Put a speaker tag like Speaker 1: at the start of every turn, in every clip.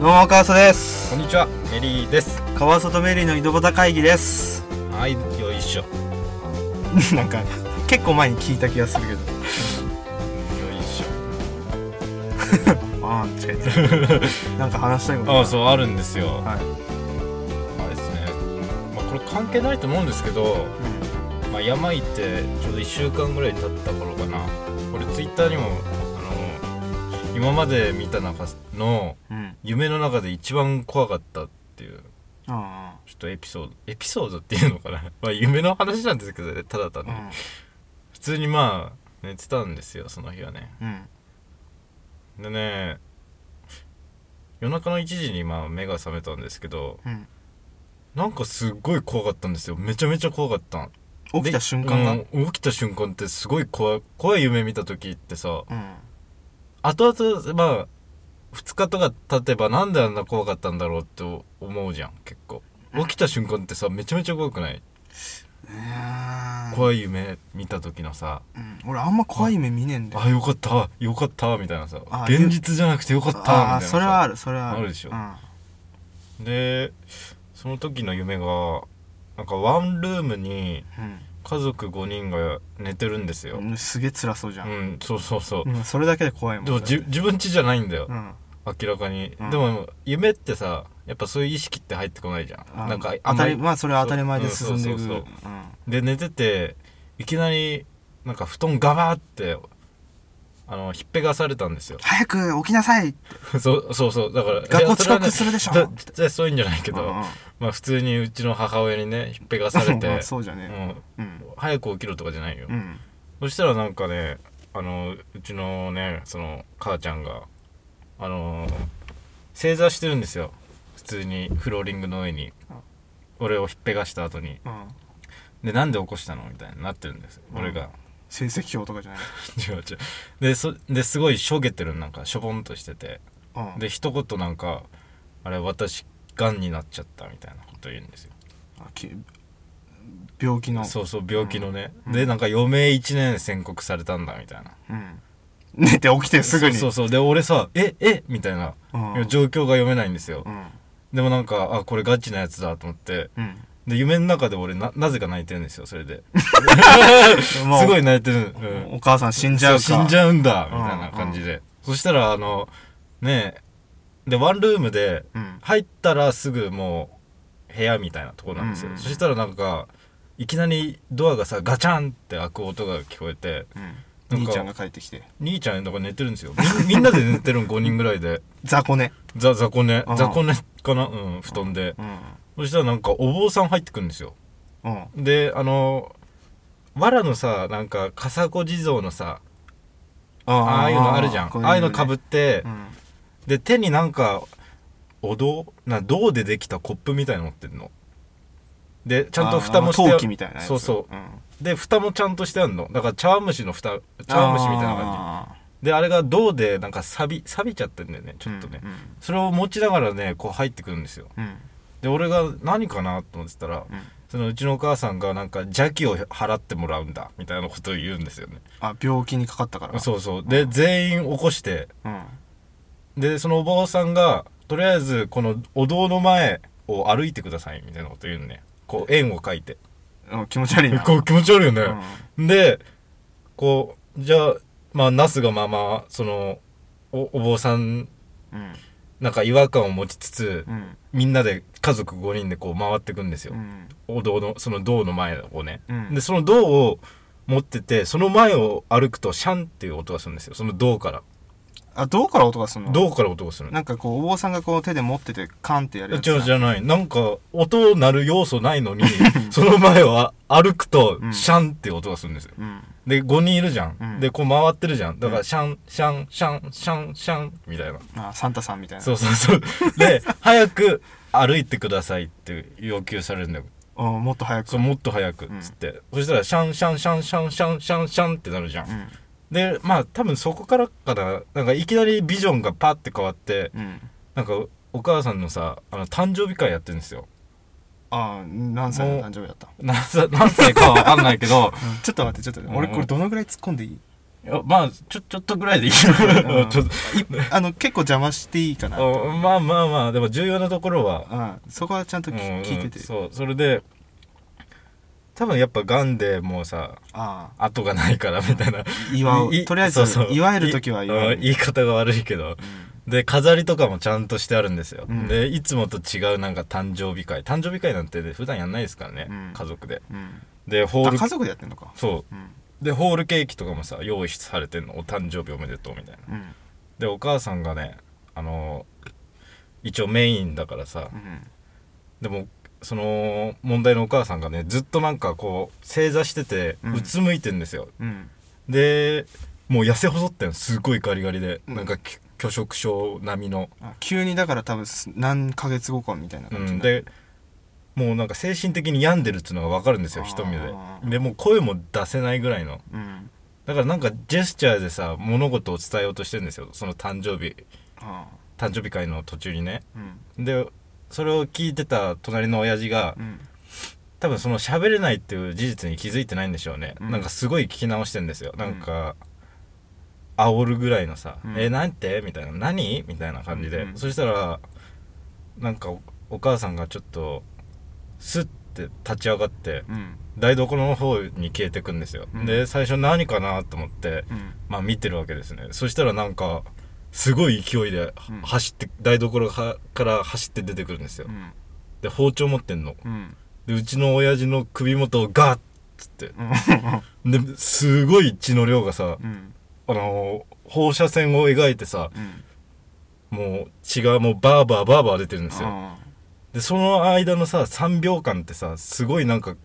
Speaker 1: どうも川瀬です
Speaker 2: こんにちは、メリーです。
Speaker 1: 川瀬とメリーの井戸端会議です
Speaker 2: はい、よいしょ。よ
Speaker 1: なんか結構前に聞いた気がするけど
Speaker 2: いし
Speaker 1: ああ違う 違うなんか話したいこと
Speaker 2: ょ。あ、そう、あるんですよ。
Speaker 1: はい、
Speaker 2: あれですね。まあ、これ関係ないと思うんですけど、まあ、山行って、ちょうど1週間ぐらい経った頃かな。これ、ツイッターにも、あの、今まで見た中の、
Speaker 1: うん、うん、
Speaker 2: 夢の中で一番怖かったっていう、
Speaker 1: あ
Speaker 2: ちょっとエピソード、エピソードっていうのかな。 まあ、夢の話なんですけどね、ただ単
Speaker 1: あ
Speaker 2: に。普通にまあ、寝てたんですよ、その日はね。
Speaker 1: うんうん
Speaker 2: でね夜中の1時にまあ目が覚めたんですけど
Speaker 1: うん
Speaker 2: なんかすっごい怖かったんですよめちゃめちゃ怖かった
Speaker 1: 起きた
Speaker 2: で
Speaker 1: 瞬間が、
Speaker 2: うん起きた瞬間ってすごい怖い怖い夢見た時ってさ
Speaker 1: うん
Speaker 2: 後々まあ2日とか経てばなんであんな怖かったんだろうって思うじゃん結構起きた瞬間ってさめちゃめちゃ怖くない
Speaker 1: い、
Speaker 2: 怖い夢見た時のさ
Speaker 1: うん、俺あんま怖い夢見ねえんだよ
Speaker 2: あよかったよかったみたいなさ
Speaker 1: あ
Speaker 2: 現実じゃなくてよかったみたいな
Speaker 1: ああ
Speaker 2: さ
Speaker 1: それはあるそれはある
Speaker 2: あるでしょ
Speaker 1: うん
Speaker 2: でその時の夢がなんかワンルームに家族5人が寝てるんですよ、
Speaker 1: うん、すげえ辛そうじゃ
Speaker 2: うん
Speaker 1: ん、
Speaker 2: そうそうそう
Speaker 1: う、んそれだけで怖いもん
Speaker 2: でもじ自分家じゃないんだよ、
Speaker 1: うん
Speaker 2: 明らかに、
Speaker 1: うん
Speaker 2: でも夢ってさやっぱそういう意識って入ってこないじゃん
Speaker 1: あ
Speaker 2: なんか
Speaker 1: 当
Speaker 2: あんま
Speaker 1: たり
Speaker 2: り
Speaker 1: まあそれは当たり前で進んでいく
Speaker 2: そうそうそう
Speaker 1: うん
Speaker 2: で寝てていきなりなんか布団ガバーってあのひっぺがされたんですよ
Speaker 1: 早く起きなさい
Speaker 2: そうそうそうだから
Speaker 1: 学校
Speaker 2: いやそれはね
Speaker 1: 遅刻するでしょ
Speaker 2: だ絶対そういうんじゃないけど、
Speaker 1: うんうん
Speaker 2: まあ普通にうちの母親にねひっぺがさ れ
Speaker 1: ま
Speaker 2: て
Speaker 1: あそうじゃね
Speaker 2: うん
Speaker 1: うん
Speaker 2: 早く起きろとかじゃないよ、
Speaker 1: うん
Speaker 2: そしたらなんかねあのうちのねその母ちゃんがあの正座してるんですよ普通にフローリングの上に
Speaker 1: あ
Speaker 2: 俺をひっぺがした後に
Speaker 1: うん
Speaker 2: でなんで起こしたのみたいになってるんですよ
Speaker 1: うん
Speaker 2: 俺が、
Speaker 1: 成績表とかじゃない
Speaker 2: 違う違うでそですごいしょげてるなんかしょぼんとしてて
Speaker 1: うん
Speaker 2: で一言なんか「あれ私がんになっちゃった」みたいなこと言うんですよ
Speaker 1: あき病気の
Speaker 2: そうそう病気のね、
Speaker 1: うん
Speaker 2: でなんか余命1年宣告されたんだみたいな
Speaker 1: うん寝て起きてすぐに
Speaker 2: そうそうそうで俺さ「ええみたいな、
Speaker 1: うん
Speaker 2: いや状況が読めないんですよ、
Speaker 1: うん
Speaker 2: でもなんかあこれガチなやつだと思って
Speaker 1: うん
Speaker 2: で夢の中で俺ななぜか泣いてるんですよそれで
Speaker 1: す
Speaker 2: すごい泣いてる、うん
Speaker 1: お母さん死んじゃうか
Speaker 2: そう死んじ
Speaker 1: ゃ
Speaker 2: ゃうんだみたいな感じで、そしたらあのねえでワンルームで
Speaker 1: うん
Speaker 2: 入ったらすぐもう部屋みたいなとこなんですよ、
Speaker 1: うんうん
Speaker 2: そしたらなんかいきなりドアがさガチャンって開く音が聞こえて
Speaker 1: うん
Speaker 2: なん
Speaker 1: 兄
Speaker 2: か
Speaker 1: ちゃんが帰ってきて
Speaker 2: 兄ちゃんなんか寝てるんですよみんみんなで寝てるの5人ぐらいで
Speaker 1: 雑魚ね
Speaker 2: ザ・ザコネ
Speaker 1: うん。
Speaker 2: ザコネかなうん、布団で。
Speaker 1: うん
Speaker 2: そしたらなんかお坊さん入ってくるんですよ。
Speaker 1: うん
Speaker 2: で、あの、藁のさ、なんか、笠子地蔵のさ、ああいうのあるじゃん。
Speaker 1: こ
Speaker 2: ああいうの被
Speaker 1: ね
Speaker 2: って、
Speaker 1: うん
Speaker 2: で、手になんか、お銅な、銅でできたコップみたいの持ってるの。で、ちゃんと蓋もし
Speaker 1: ああ
Speaker 2: て
Speaker 1: 陶器みたいなやつ
Speaker 2: そうそ
Speaker 1: ん
Speaker 2: う。で、蓋もちゃんとしてあるの。だから、茶碗蒸しの蓋、茶碗蒸しみたいな感
Speaker 1: あ
Speaker 2: じ。で、あれが銅で、なんか、錆び、錆びちゃってんだよね、
Speaker 1: ー
Speaker 2: ちょっとね。
Speaker 1: うん
Speaker 2: それを持ちながらね、こう入ってくるんですよ。
Speaker 1: うん
Speaker 2: で俺が何かなと思ってたら、
Speaker 1: うん
Speaker 2: そのうちのお母さんがなんか邪気を払ってもらうんだみたいなことを言うんですよね
Speaker 1: あ病気にかかったから
Speaker 2: そうそうで全員起こして
Speaker 1: うん
Speaker 2: でそのお坊さんがとりあえずこのお堂の前を歩いてくださいみたいなこと言うのねこう円を描いて
Speaker 1: うん気持ち悪いな
Speaker 2: こう気持ち悪いよ
Speaker 1: う
Speaker 2: ね、
Speaker 1: ん
Speaker 2: でこうじゃあまあナスがまあまあそのおお坊さん
Speaker 1: うん
Speaker 2: なんか違和感を持ちつつ、
Speaker 1: うん
Speaker 2: みんなで家族5人でこう回ってくんですよ、
Speaker 1: うん
Speaker 2: お堂のその銅の前をね、
Speaker 1: うん
Speaker 2: でその銅を持っててその前を歩くとシャンっていう音がするんですよその銅から、
Speaker 1: あ銅から音がするの
Speaker 2: 銅から音がするの
Speaker 1: なんかこうお坊さんがこう手で持っててカンってやるやつ
Speaker 2: 違うじゃないなんか音鳴る要素ないのに その前をあ歩くと
Speaker 1: うん
Speaker 2: シャンっていう音がするんですよ
Speaker 1: うん
Speaker 2: で5人いるじゃん、
Speaker 1: うん
Speaker 2: でこう回ってるじゃんだか
Speaker 1: う
Speaker 2: ら
Speaker 1: ん
Speaker 2: シャンシャンシャンシャンシャンみたいな、
Speaker 1: まあサンタさんみたいな
Speaker 2: そうそうそうで早く歩いてくださいって要求されるんだよ
Speaker 1: うんもっと早く
Speaker 2: そうもっと早くっつって、そしたらシャンシャンシャンシャンシャンシャンシャンってなるじゃん
Speaker 1: うん
Speaker 2: でまあ多分そこからかななんかいきなりビジョンがパッて変わって
Speaker 1: うん
Speaker 2: なんかお母さんのさあの誕生日会やってるんですよ
Speaker 1: ああ何歳の誕生日だった
Speaker 2: 何歳何歳かは分かんないけど
Speaker 1: ちょっと待ってちょっと待って俺
Speaker 2: うん
Speaker 1: これどのぐらい突っ込んでいい
Speaker 2: いやまあちょちょっとぐらいでいいけど、
Speaker 1: うん
Speaker 2: ちょっ
Speaker 1: あの結構邪魔していいかな
Speaker 2: とうんまあまあまあでも重要なところは、
Speaker 1: あそこはちゃんと
Speaker 2: うん
Speaker 1: き
Speaker 2: うん
Speaker 1: 聞いてて
Speaker 2: そうそれで多分やっぱがんでもうさ
Speaker 1: ああ
Speaker 2: 後がないからみたいな
Speaker 1: 祝う
Speaker 2: い
Speaker 1: とりあえず
Speaker 2: そうそう
Speaker 1: 祝える時は祝
Speaker 2: いううん言い方が悪いけどで飾りとかもちゃんとしてあるんですよ、
Speaker 1: うん
Speaker 2: でいつもと違うなんか誕生日会誕生日会なんてね普段やんないですからね、
Speaker 1: うん
Speaker 2: 家族で
Speaker 1: うん
Speaker 2: でホー
Speaker 1: あ
Speaker 2: ル
Speaker 1: 家族でやってんのか
Speaker 2: そ
Speaker 1: うん
Speaker 2: うでホールケーキとかもさ用意されてんのお誕生日おめでとうみたいな
Speaker 1: うん
Speaker 2: でお母さんがねあの一応メインだからさ
Speaker 1: うん
Speaker 2: でもその問題のお母さんがねずっとなんかこう正座してて
Speaker 1: うん
Speaker 2: うつむいてんですよ、
Speaker 1: うん
Speaker 2: でもう痩せ細ってんのすごいガリガリで、
Speaker 1: うん
Speaker 2: なんかき拒食症並みの
Speaker 1: あ急にだから多分す何ヶ月後かみたいな
Speaker 2: う
Speaker 1: 感じ
Speaker 2: ん、
Speaker 1: になる
Speaker 2: でもうなんか精神的に病んでるっていうのが分かるんですよ
Speaker 1: あー
Speaker 2: 一目ででもう声も出せないぐらいの
Speaker 1: うん
Speaker 2: だからなんかジェスチャーでさ物事を伝えようとしてるんですよその誕生日
Speaker 1: あ
Speaker 2: 誕生日会の途中にね
Speaker 1: あうん
Speaker 2: でそれを聞いてた隣の親父が
Speaker 1: うん
Speaker 2: 多分その喋れないっていう事実に気づいてないんでしょうね、
Speaker 1: うん
Speaker 2: なんかすごい聞き直してんですよなんか、煽るぐらいのさ「
Speaker 1: うん
Speaker 2: えなんて?」みたいな「何?」みたいな感じで、
Speaker 1: うんうん
Speaker 2: そしたらなんかおお母さんがちょっとスッて立ち上がって
Speaker 1: うん
Speaker 2: 台所の方に消えてくんですよ、
Speaker 1: うん
Speaker 2: で最初何かなと思って
Speaker 1: うん
Speaker 2: まあ見てるわけですねそしたらなんかすごい勢いで
Speaker 1: うん
Speaker 2: 走って、台所はから走って出てくるんですよ、
Speaker 1: うん
Speaker 2: で包丁持ってんの
Speaker 1: うん
Speaker 2: でうちの親父の首元をガッつってですごい血の量がさ
Speaker 1: うんうん
Speaker 2: あのー放射線を描いてさ
Speaker 1: うん
Speaker 2: もう血がもうバーバーバーバー出てるんですよ
Speaker 1: ああ
Speaker 2: でその間のさ3秒間ってさすごいなんか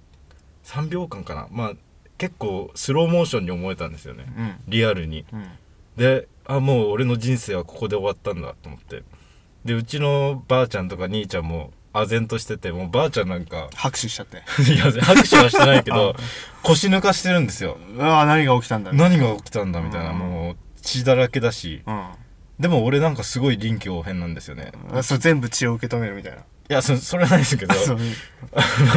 Speaker 2: 3秒間かなまあ結構スローモーションに思えたんですよね
Speaker 1: うん
Speaker 2: リアルに
Speaker 1: うん
Speaker 2: であもう俺の人生はここで終わったんだと思ってでうちのばあちゃんとか兄ちゃんも唖然としててもうばあちゃんなんか
Speaker 1: 拍手しちゃって
Speaker 2: いや拍手はしてないけど腰抜かしてるんですよ
Speaker 1: うわ何が起きたんだろう
Speaker 2: 何が起きたんだみたいな、
Speaker 1: うん
Speaker 2: もう血だらけだしでも俺なんかすごい臨機応変なんですよね
Speaker 1: うんそれ全部血を受け止めるみたいない
Speaker 2: やそそれはないですけど
Speaker 1: そう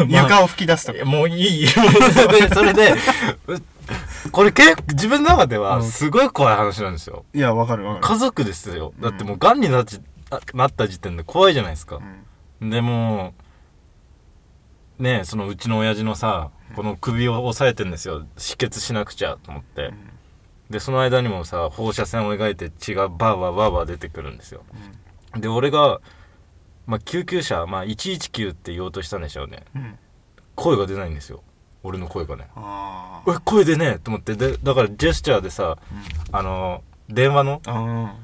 Speaker 2: まあ
Speaker 1: 床を吹き出すと
Speaker 2: い
Speaker 1: か
Speaker 2: やもういいそれ でそれ でうこれ結構自分の中ではすごい怖い話なんですよ
Speaker 1: いやわかるわかる
Speaker 2: 家族ですよ
Speaker 1: ん
Speaker 2: だってもうがんになっちあなった時点で怖いじゃないですか
Speaker 1: う、ん
Speaker 2: でもねえそのうちの親父のさこの首を押さえてんですよ止血しなくちゃと思って、でその間にもさ放射線を描いて血がバーバーバーバー出てくるんですよで俺が、まあ、救急車、まあ、119って言おうとしたんでしょうね
Speaker 1: うん
Speaker 2: 声が出ないんですよ俺の声がね
Speaker 1: あ
Speaker 2: 「え声出ねえ!」と思ってでだからジェスチャーでさあの電話の
Speaker 1: ああ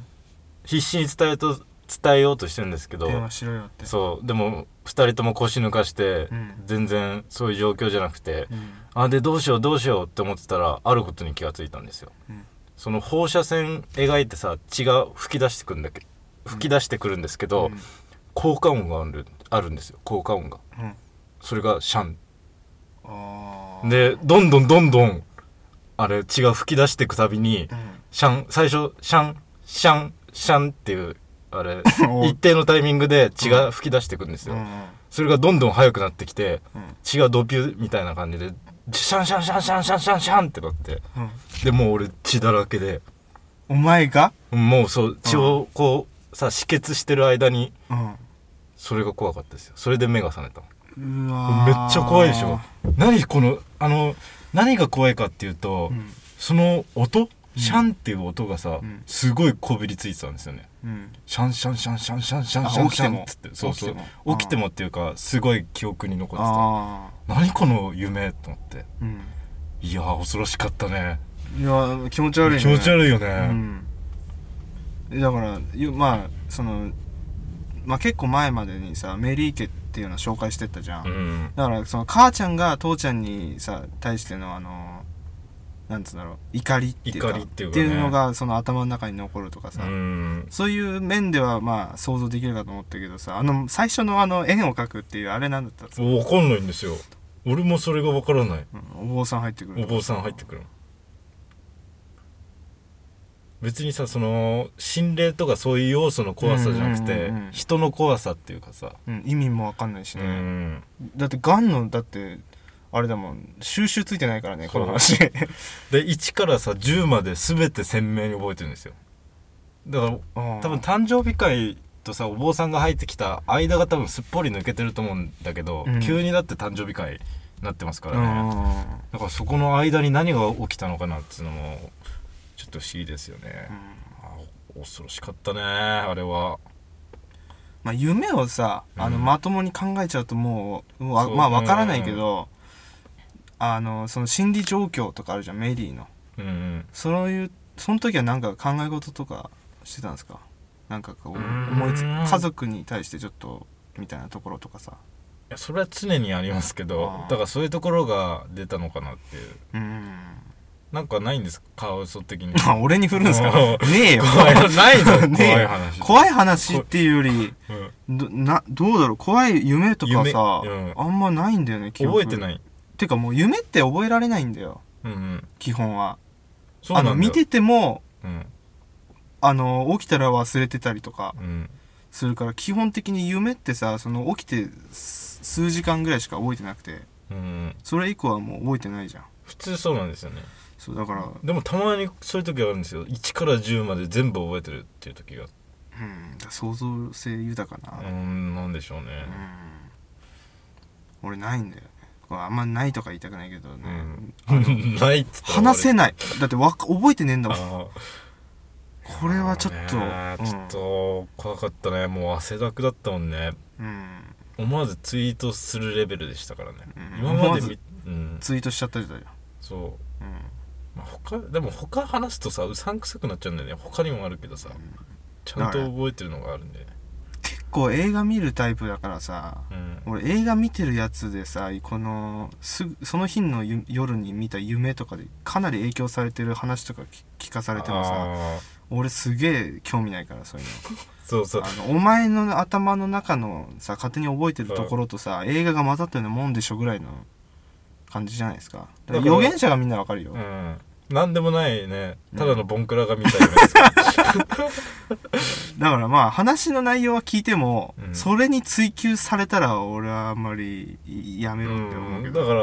Speaker 2: 必死に伝えと伝えようとしてるんですけ
Speaker 1: あ
Speaker 2: ど
Speaker 1: 電話しろよって
Speaker 2: そうでも2人とも腰抜かして、
Speaker 1: うん
Speaker 2: 全然そういう状況じゃなくて、
Speaker 1: うん
Speaker 2: あでどうしようどうしようって思ってたらあることに気がついたんですよ
Speaker 1: うん
Speaker 2: その放射線描いてさ血が吹き出してくるんだけ吹き出してくるんですけど、
Speaker 1: うん
Speaker 2: 効果音があるあるんですよ効果音が
Speaker 1: うん
Speaker 2: それがシャン
Speaker 1: ああ
Speaker 2: でどんどんどんどんあれ血が吹き出してくたびに
Speaker 1: うん
Speaker 2: シャン最初シャンシャンシャンっていうあ れ
Speaker 1: お
Speaker 2: 一定のタイミングで血が吹き出してくるんです
Speaker 1: う
Speaker 2: よ、
Speaker 1: ん
Speaker 2: それがどんどん速くなってきて
Speaker 1: うん
Speaker 2: 血がドピュみたいな感じでシャンシャンシャンシャンシャンシャンシャンってなって
Speaker 1: うん
Speaker 2: でもう俺血だらけで
Speaker 1: お前が
Speaker 2: もうそう血をこうさ止血してる間に
Speaker 1: う
Speaker 2: それが怖かったですよそれで目が覚めた
Speaker 1: んうわー
Speaker 2: めっちゃ怖いでしょ何このあの何が怖いかっていうと、
Speaker 1: うん
Speaker 2: その音シャンっていう音がさ、
Speaker 1: うん
Speaker 2: すごいこびりついてたんですよね
Speaker 1: うん
Speaker 2: シャンシャンシャンシャンシャンシャン
Speaker 1: あ
Speaker 2: シャン
Speaker 1: 起き
Speaker 2: シ
Speaker 1: て
Speaker 2: ャン
Speaker 1: も
Speaker 2: っつってそうそう
Speaker 1: 起きて
Speaker 2: 起
Speaker 1: も
Speaker 2: きてもっていうかすごい記憶に残ってた
Speaker 1: あ
Speaker 2: 何この夢と思って
Speaker 1: あうん
Speaker 2: いやー恐ろしかったね
Speaker 1: いや気持ち悪いね
Speaker 2: 気持ち悪いよね、
Speaker 1: うん、だからゆまあその、まあ、結構前までにさメリー家っていうのを紹介してったじゃん、
Speaker 2: うん
Speaker 1: だからその母ちゃんが父ちゃんにさ対してのあのなんつうんだろう怒りっていうか
Speaker 2: 怒りっていうか
Speaker 1: っ
Speaker 2: ね
Speaker 1: ていうのがその頭の中に残るとかさ、
Speaker 2: うん
Speaker 1: そういう面ではまあ想像できるかと思ったけどさあの最初のあの円を描くっていうあれなんだったらさ、
Speaker 2: 分かんないんですよ俺もそれが分からない
Speaker 1: うんお坊さん入ってくる
Speaker 2: お坊さん入ってくるの別にさその心霊とかそういう要素の怖さじゃなくて、
Speaker 1: うんうんうんうん
Speaker 2: 人の怖さっていうかさ
Speaker 1: うん、意味もわかんないしね、
Speaker 2: ん
Speaker 1: だってガンのだってあれでも収集ついてないからねこの 話
Speaker 2: で1からさ10まで全て鮮明に覚えてるんですよだから
Speaker 1: 多
Speaker 2: 多分誕生日会とさお坊さんが入ってきた間が多分すっぽり抜けてると思うんだけど、
Speaker 1: うん
Speaker 2: 急にだって誕生日会になってますか
Speaker 1: う
Speaker 2: らね、
Speaker 1: ん
Speaker 2: だからそこの間に何が起きたのかなっていうのもちょっと不思議ですよね、あ恐ろしかったねあれは
Speaker 1: まあ夢をさあの
Speaker 2: うん
Speaker 1: まともに考えちゃうともうわ
Speaker 2: そう
Speaker 1: まあわからないけどあのその心理状況とかあるじゃんメリーの
Speaker 2: うんうん
Speaker 1: そういうその時はなんか考え事とかしてたんですかなんかこう
Speaker 2: うーん
Speaker 1: 思いつ家族に対してちょっとみたいなところとかさ
Speaker 2: いやそれは常にありますけど
Speaker 1: あー
Speaker 2: だからそういうところが出たのかなっていう
Speaker 1: うーん
Speaker 2: なんかないんですかカワウソ的に
Speaker 1: あ俺に振るんですかね
Speaker 2: お
Speaker 1: えよ
Speaker 2: 怖いない の
Speaker 1: ねえ
Speaker 2: 怖い話
Speaker 1: 怖い話っていうより
Speaker 2: うん
Speaker 1: どなどうだろう怖い夢とかさ、
Speaker 2: 夢うん
Speaker 1: あんまないんだよね記憶
Speaker 2: 覚えてないい
Speaker 1: てかもう夢って覚えられないんだよ
Speaker 2: うんうん
Speaker 1: 基本は
Speaker 2: そう
Speaker 1: あ
Speaker 2: なんだ
Speaker 1: の
Speaker 2: よ
Speaker 1: 見てても
Speaker 2: うん
Speaker 1: あの起きたら忘れてたりとか
Speaker 2: うん
Speaker 1: するから基本的に夢ってさその起きてす数時間ぐらいしか覚えてなくて
Speaker 2: うん
Speaker 1: それ以降はもう覚えてないじゃん
Speaker 2: 普通そうなんですよね
Speaker 1: そうだから
Speaker 2: でもたまにそういう時があるんですよ1から10まで全部覚えてるっていう時が
Speaker 1: うん想像性豊か
Speaker 2: う
Speaker 1: な
Speaker 2: ーんなんでしょうね
Speaker 1: うん、俺ないんだよねこれあんまないとか言いたくないけどね、
Speaker 2: うん ないっつったら終わり
Speaker 1: 話せないだってわか覚えてねえんだもん
Speaker 2: あ
Speaker 1: これはちょっと、
Speaker 2: ーねーちょっ
Speaker 1: うん
Speaker 2: と怖かったねもう汗だくだったもんね
Speaker 1: うん
Speaker 2: 思わずツイートするレベルでしたからね、
Speaker 1: うん
Speaker 2: 今
Speaker 1: 思
Speaker 2: ま
Speaker 1: わ
Speaker 2: で
Speaker 1: ず
Speaker 2: みうん
Speaker 1: ツイートしちゃったじゃん、う
Speaker 2: そ
Speaker 1: ん、
Speaker 2: う、まあ、他でも他話すとさうさんくさくなっちゃうんだよね他にもあるけどさちゃんと覚えてるのがあるんで、
Speaker 1: 結構映画見るタイプだからさ
Speaker 2: うん、
Speaker 1: 俺映画見てるやつでさこのすぐその日のゆ夜に見た夢とかでかなり影響されてる話とか聞聞かされてもさ
Speaker 2: あー
Speaker 1: 俺すげえ興味ないからそういう
Speaker 2: そうそう
Speaker 1: のあのお前の頭の中のさ勝手に覚えてるところとさ映画が混ざったようなもんでしょぐらいの感じじゃないですかだから
Speaker 2: だから
Speaker 1: 予言者がみんなわかるよ、
Speaker 2: うんなんでもないね
Speaker 1: うん
Speaker 2: ただのボンクラが見たいですけど
Speaker 1: だからまあ話の内容は聞いても、
Speaker 2: うん
Speaker 1: それに追求されたら俺はあんまりやめろって 思うけ
Speaker 2: うん
Speaker 1: ど、
Speaker 2: だから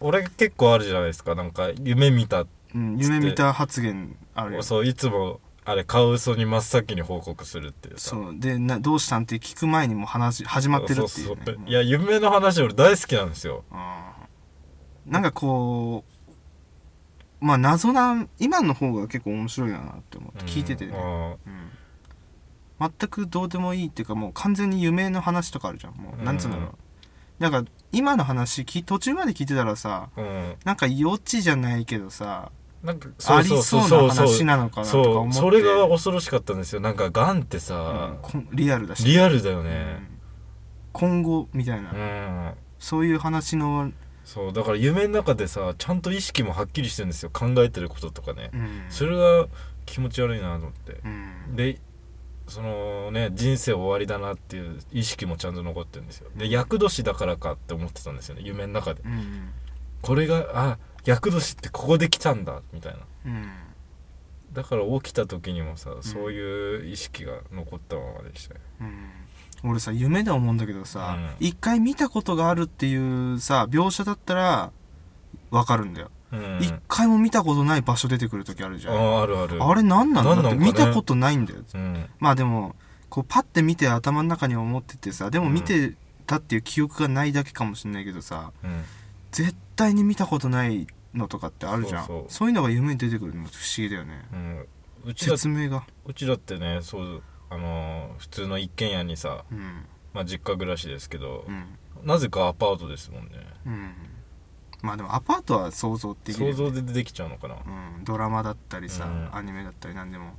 Speaker 2: 俺結構あるじゃないですかなんか夢見た
Speaker 1: うん夢見た発言あるよ
Speaker 2: そういつもあれカワウソに真っ先に報告するっていうさ
Speaker 1: そうでなどうしたんって聞く前にもう話始まってるっていう,、
Speaker 2: そ
Speaker 1: ね
Speaker 2: うそういや夢の話俺大好きなんですよ
Speaker 1: うんなんかこうまあ謎な今の方が結構面白いなって思って聞いててね、
Speaker 2: うん
Speaker 1: うん全くどうでもいいっていうかもう完全に夢の話とかあるじゃんもうなんつうんだろう、なんか今の話き途中まで聞いてたらさ
Speaker 2: うん
Speaker 1: なんか余地じゃないけどさ
Speaker 2: なんか
Speaker 1: ありそうな話なのかなとか
Speaker 2: そ
Speaker 1: 思って
Speaker 2: うそれが恐ろしかったんですよなんかがんって
Speaker 1: うん
Speaker 2: さ、
Speaker 1: こんリアルだし
Speaker 2: リアルだよ
Speaker 1: う
Speaker 2: ね
Speaker 1: ん今後みたいな、
Speaker 2: うん、
Speaker 1: そういう話の、
Speaker 2: そうだから夢の中でさちゃんと意識もはっきりしてるんですよ考えてることとかね、
Speaker 1: うん
Speaker 2: それが気持ち悪いなと思って
Speaker 1: うん
Speaker 2: でそのね人生終わりだなっていう意識もちゃんと残ってるんですよで厄年だからかって思ってたんですよね夢の中で
Speaker 1: うん
Speaker 2: これがあ厄年ってここで来たんだみたいな
Speaker 1: うん
Speaker 2: だから起きた時にもさ、そういう意識が残ったままでしたよ
Speaker 1: 俺さ夢で思うんだけどさ
Speaker 2: うん
Speaker 1: 一、回見たことがあるっていうさ描写だったらわかるんだよ
Speaker 2: うん
Speaker 1: 一、回も見たことない場所出てくる時あるじゃん
Speaker 2: ああるある
Speaker 1: あれ何なんだ
Speaker 2: 何
Speaker 1: だ
Speaker 2: な
Speaker 1: っ
Speaker 2: ん
Speaker 1: て
Speaker 2: かね
Speaker 1: 見たことないんだよ
Speaker 2: うん
Speaker 1: まあでもこうパッて見て頭の中に思っててさでも見てたっていう記憶がないだけかもしれないけどさ
Speaker 2: うん
Speaker 1: 絶対に見たことないのとかってあるじゃんそ
Speaker 2: そううそう
Speaker 1: いうのが夢に出てくるのって不思議だよね
Speaker 2: うんうちだ
Speaker 1: 説明が
Speaker 2: うちだってねそうあのー普通の一軒家にさ、
Speaker 1: うん
Speaker 2: まあ、実家暮らしですけど
Speaker 1: う、ん
Speaker 2: なぜかアパートですもんね
Speaker 1: うんまあでもアパートは想像できるよ
Speaker 2: 想
Speaker 1: ね
Speaker 2: 像でできちゃうのかな
Speaker 1: うん、ドラマだったりさ、
Speaker 2: うん
Speaker 1: アニメだったり何でも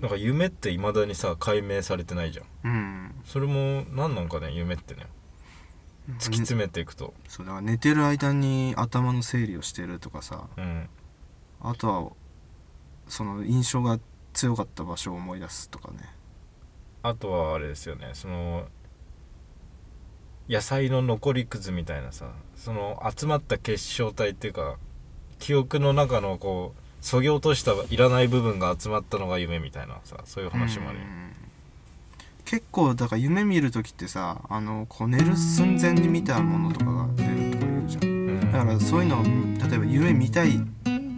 Speaker 2: なんか夢って未だにさ解明されてないじゃん
Speaker 1: うん
Speaker 2: それも何なんかね夢ってね突き詰めていくと
Speaker 1: そうだから寝てる間に頭の整理をしてるとかさ
Speaker 2: うん
Speaker 1: あとはその印象が強かった場所を思い出すとかね
Speaker 2: あとはあれですよねその野菜の残りくずみたいなさその集まった結晶体っていうか記憶の中のこうそぎ落としたいらない部分が集まったのが夢みたいなさそういう話もあるよ、
Speaker 1: うん結構だから夢見る時ってさあのこう寝る寸前に見たものとかが出るとかいうだからそういうのを例えば夢見たい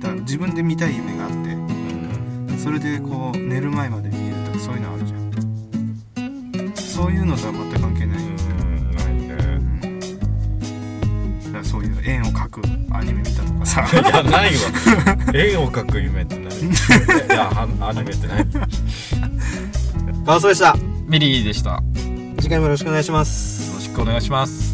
Speaker 1: だ自分で見たい夢があっ
Speaker 2: うん
Speaker 1: てそれでこう寝る前まで見るとかそういうのあるじゃんそういうのとは全く関係ない、
Speaker 2: うんないね
Speaker 1: うんだからそういう円を描くアニメ見たと かさ
Speaker 2: いやないわ絵を描く夢ってないいやはアニメってない
Speaker 1: 感想でした
Speaker 2: ミリーでしたよ
Speaker 1: 次回もよろしくお願いします
Speaker 2: ろしくお願いします